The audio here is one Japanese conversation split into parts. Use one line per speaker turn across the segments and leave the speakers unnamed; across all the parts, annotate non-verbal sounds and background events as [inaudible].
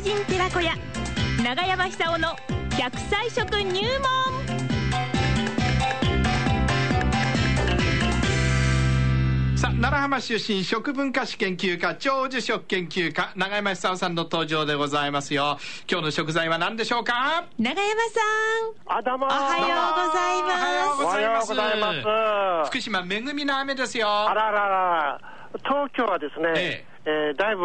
人寺子屋長山久夫の100歳食入門
さあ奈良浜出身食文化史研究家長寿食研究家永山久夫さんの登場でございますよ今日の食材は何でしょうか
長山さん
あだま
おはようござい
おはよう
ます
おはようございます。
福島恵みの雨ですよ
あららら東京はですね、えーだいぶ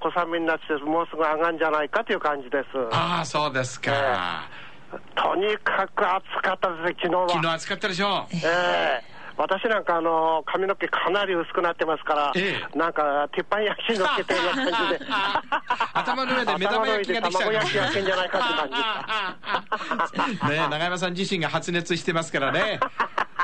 小雨になって、もうすぐ上がるんじゃないかという感じです。
ああそうですか、
とにかく暑かったですね、昨日は。
昨日暑かったでしょう
ええ私なんかあの髪の毛かなり薄くなってますから、
え。
なんか鉄板焼きに乗っけたような感じで
[laughs] 頭の上で目玉焼きができちゃう
[laughs] 頭の上で卵焼き焼けんじゃないかって [laughs] 感じで
[laughs]
す
ね永山さん自身が発熱してますからね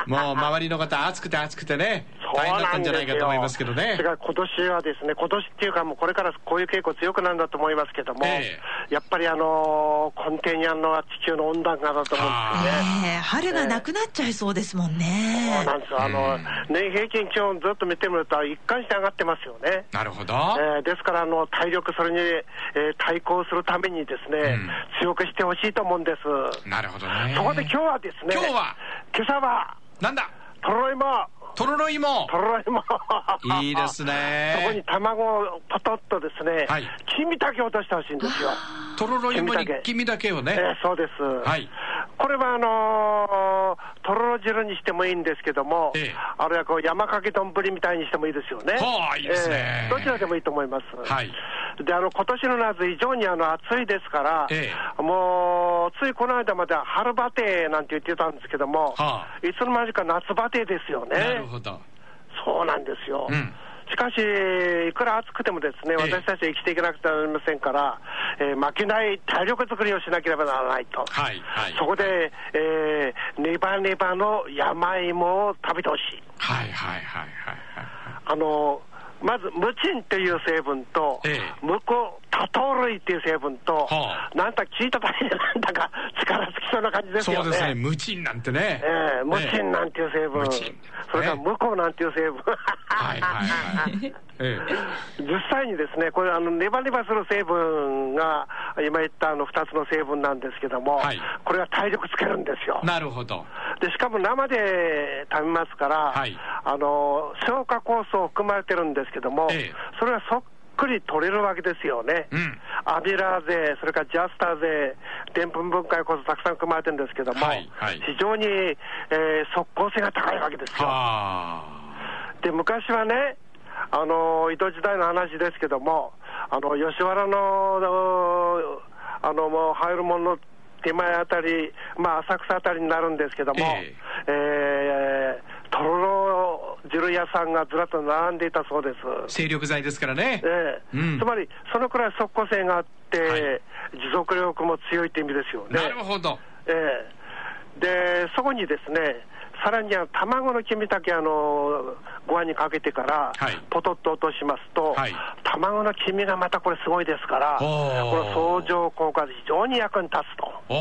もう周りの方暑くて暑くてね大変だったんじゃないかと思いますけどね
そうんですよてか今年はですね、今年っていうか、もうこれからこういう傾向強くなるんだと思いますけども、
え
やっぱりあのー根底にあるのは地球の温暖化だと思うんですよね。
ねえ春がなくなっちゃいそうですもん
そう
ね
なんですよあの、
うん
年平均気温ずっと見てみると、一貫して上がってますよね。
なるほど、
えーですからあの、体力、それに、えー対抗するためにですね、
うん
強くしてほしいと思うんです。
なるほどね
そこで今日はですね、
今日は
今朝は、
なんだ
とろろ芋、
とろろ芋
とろろ芋。
いいですね
そこに卵をパトッとですね、
はい
黄身だけ落としてほしいんですよ。
とろろ芋に
黄身だけ
黄身だけをね、
えーそうです。
はい
これはあのーとろろ汁にしてもいいんですけども、
ええ
あれはこう山かけ丼みたいにしてもいいですよね。
はあいいですね
ええどちらでもいいと思います。
はい
であの今年の夏、非常にあの暑いですから、
え
もうついこの間までは春バテなんて言ってたんですけども、
はあ
いつの間にか夏バテですよね。
なるほど
そうなんですよ。
うん
しかし、いくら暑くてもですね、
ええ
私たちは生きていけなくてはなりませんから、えー負けない体力作りをしなければならないと。
はいはい
そこで、えーネバネバの山芋を食べてほしい。
はいはいはいはい
あの、まず、ムチンという成分と、
ええ
ムコタトウ類っていう成分と、
はあ
なんだか聞いただけでなんだか力尽きそうな感じです
そ
よ
うですね無賃なんてね
ええ、ムチンなん
て
ていう成分、
ムチン
それから
ね
ムコなんていう成分、
はいはいはい、え
実際にですね、これ、あのネバネバする成分が、今言ったあの2つの成分なんですけども、
はい
これは体力つけるんですよ
え。なるほど
でしかも生で食べますから、
はい
あの消化酵素含まれてるんですけども、
ええ
それはそっくり取れるわけですよね。
うん
アミラーゼ、それからジャスターゼ、でんぷん分解酵素たくさん含まれてるんですけども、
はいはい
非常に、えー即効性が高いわけですよ。
はあ
で昔はね、あの江戸時代の話ですけども、あの吉原のあのあのもう入るものの手前あたり、まあ、浅草あたりになるんですけども、
え
えーとろろ汁屋さんがずらっと並んでいたそうです。
精力剤ですからね
ええ
うん
つまり、そのくらい即効性があって、
はい
持続力も強いって意味ですよね。
なるほど
ええで、そこにですね、さらにあの卵の黄身だけあのご飯にかけてから
はい、
ポトッと落としますと、
はい
卵の黄身がまたこれ、すごいですから、こ
おー
の相乗効果で非常に役に立つと、
お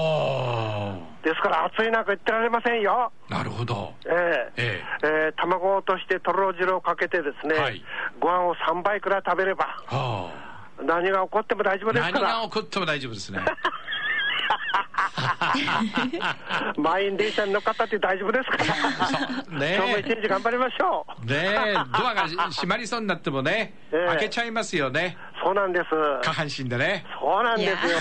お
ですから暑い中、言ってられませんよ。
なるほど
ええ
え
ええ卵を落としてとろろ汁をかけてですね、
はい
ご飯を3倍くらい食べれば、
はあ
何が起こっても大丈夫です
何
か
が
ら
起、こっても大丈夫ですね
満員電車に乗っかったって大丈夫ですから、
[laughs] そうね
今日も一日頑張りましょう。
ねえドアが閉まりそうになってもね、
ええ
開けちゃいますよね
そうなんです。
下半身でね
そうなん
い
です
や
よ。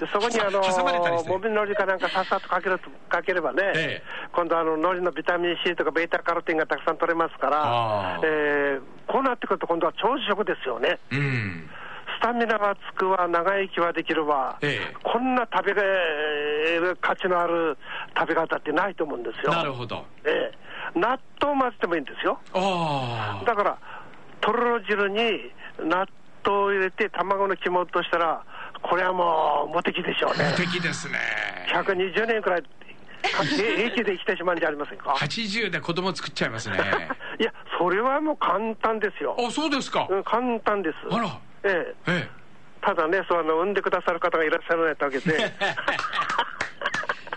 [laughs]
でそこにあの
挟まれたりして
もみのりかなんかさっさとかけるとかければね、
ええ
今度あののりのビタミン C とかベータカロテンがたくさん取れますか
ああ
ら、えーこうなってくると今度は長寿食ですよね。
うん
スタミナはつくわ、長生きはできるわ、
ええ
こんな食べる価値のある食べ方ってないと思うんですよ。
なるほど
ええ納豆を混ぜてもいいんですよ。
おお
だから、とろろ汁に納豆を入れて、卵の肝を落としたら、これはもう無敵でしょうね。
敵ですね
120年くらい、か平気で生きてしまうんじゃありませんか。
80で子供作っちゃいます
[laughs]
ね
いや、それはもう簡単ですよ。
あそうですか
うん簡単です。
あら
ええ、
え
ただね、そうあの産んでくださる方がいらっしゃらないってわけで、
[laughs] え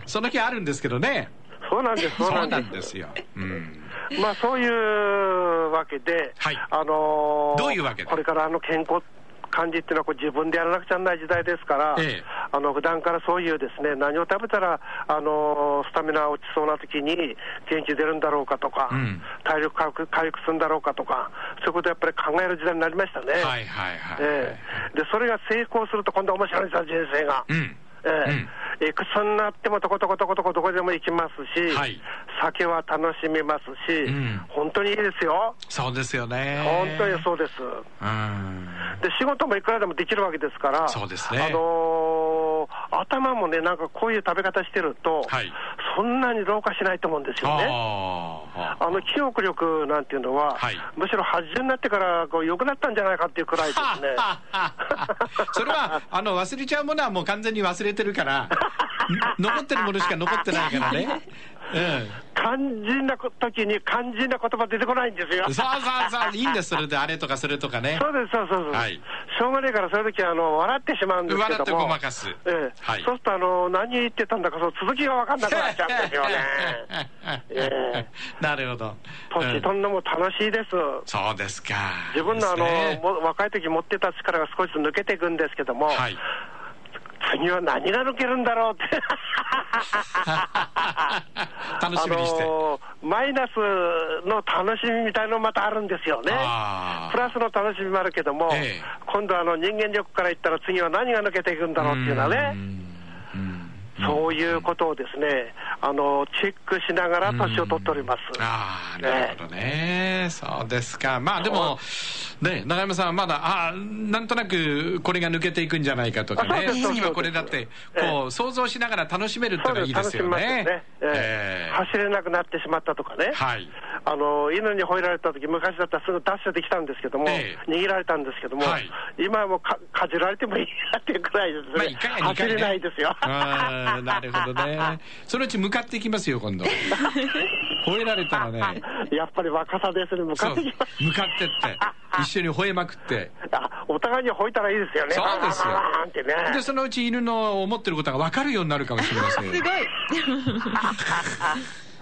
その気あるんですけどね
そうなんです、そう
そ
な
うん
で
なんですよ、うん、
す。 [laughs] まあ、そういうわけで、
はい
あのー
どういうわけで
これからあの健康管理っていうのはこう自分でやらなくちゃならない時代ですから、
ええ
あの普段からそういうですね何を食べたらあのスタミナ落ちそうな時に元気出るんだろうかとか、
うん
体力回復回復するんだろうかとか、そういうことをやっぱり考える時代になりましたね。
はいはいはい。
ええでそれが成功すると、今度面白いんですよ、人生が。
うん。
ええいくつになってもとことことことこどこでも行きますし、
はい
酒は楽しみますし、
うん
本当にいいですよ、
そうですよね。
本当にそうです。
うん。
で仕事もいくらでもできるわけですから、
そうですね
あのー頭もね、なんかこういう食べ方してると、
はい
そんなに老化しないと思うんですよね。
あ
あの記憶力なんていうのは、
はい
むしろ80になってからこう良くなったんじゃないかっていうくらいで
[laughs]
すね。
あ。 [laughs] それは、あの、忘れちゃうものはもう完全に忘れてる
[laughs]
から、ん残ってるものしか残ってないからね。うん。
肝心な時に肝心な言葉出てこないんですよ。
[laughs] そうそうそう、いいんです、それで、あれとかそれとかね。
そうです、そうそうそう。
はい
しょうがねえから、そういう時はあの笑ってしまうんですけども。
笑ってごまかす
ええ
はい
そうすると、あの、何言ってたんだか、その続きが分かんなくなっちゃうんですよね。え
なるほど。[laughs]
年
うん
取るのも楽しいです。
そうですか。
自分のあの、
ですね
も若い時持ってた力が少しずつ抜けていくんですけども、 [laughs]
はい。
次は何が抜けるんだろうって。
[laughs] 楽しみにして。
あのマイナスの楽しみみたいのもまたあるんですよね。
あー
プラスの楽しみもあるけども、
ええ
今度あの人間力から言ったら次は何が抜けていくんだろうっていうのは
う
ね、
んうん
そういうことをですね、あの、チェックしながら年を取っております。
ああ、なるほどね、そうですか。まあでも、ね、長山さんはまだ、ああ、なんとなくこれが抜けていくんじゃないかとか
あそう
ね
で、すそうです
次はこれだって、こう、想像しながら楽しめるって
そ
の
う
がいいで
楽
す
しみ
よ
ますよ
ね
ね。、ええ
ええ
走れなくなってしまったとかね、
はい。
あの犬に吠えられた時昔だったらすぐダッシュできたんですけども、
ええ
逃げられたんですけども、
はい
今はもうかかじられてもいいなっていうくらいですね、
まあ、一回や二
走
回、ね。
れないですよ。
あーなるほどね。そのうち向かっていきますよ、
[laughs]
今度。吠えられたらね、
やっぱり若さですね、向か
そう
ってきます。、
向かってって、一緒に吠えまくって。
[laughs] あお互いに吠えたらいいですよね。
そうですよ
ワンワンワンワンってね。
で、そのうち犬の思ってることが分かるようになるかもしれませんよ。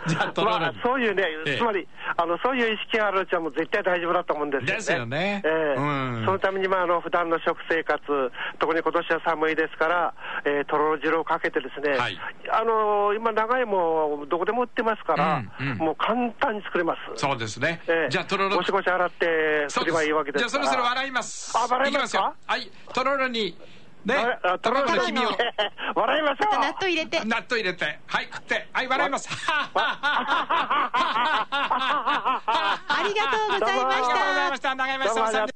じゃあ、トロー
ま
ラ
あ
に、
そういうね
ええ、
つまり、あの、そういう意識があるうちはもう絶対大丈夫だと思うんですよね。
ですよね
ええ
うん
そのために、まあ、あの、普段の食生活、特に今年は寒いですから、えー、とろろ汁をかけてですね、
はい
あの今、長いも、どこでも売ってますから、
うんうん
もう簡単に作れます。
そうですね。
ええ
じゃあ、トロロ
ごしごし洗って、す
そう
れ
で
ば
す
いいわけで
じゃ
す
あ、そ
から。
ろそろ洗います。
あ洗いま
き
すか
ますよ。はい、トロロに、ね
ああ、
トロロの黄身を
[laughs] 笑いましょう。
納豆入れて。
納豆入れて、はい、食って、はい、笑います。
ありがとうございまし
ありがとうござい
た
まし。た。長山久夫さんでした。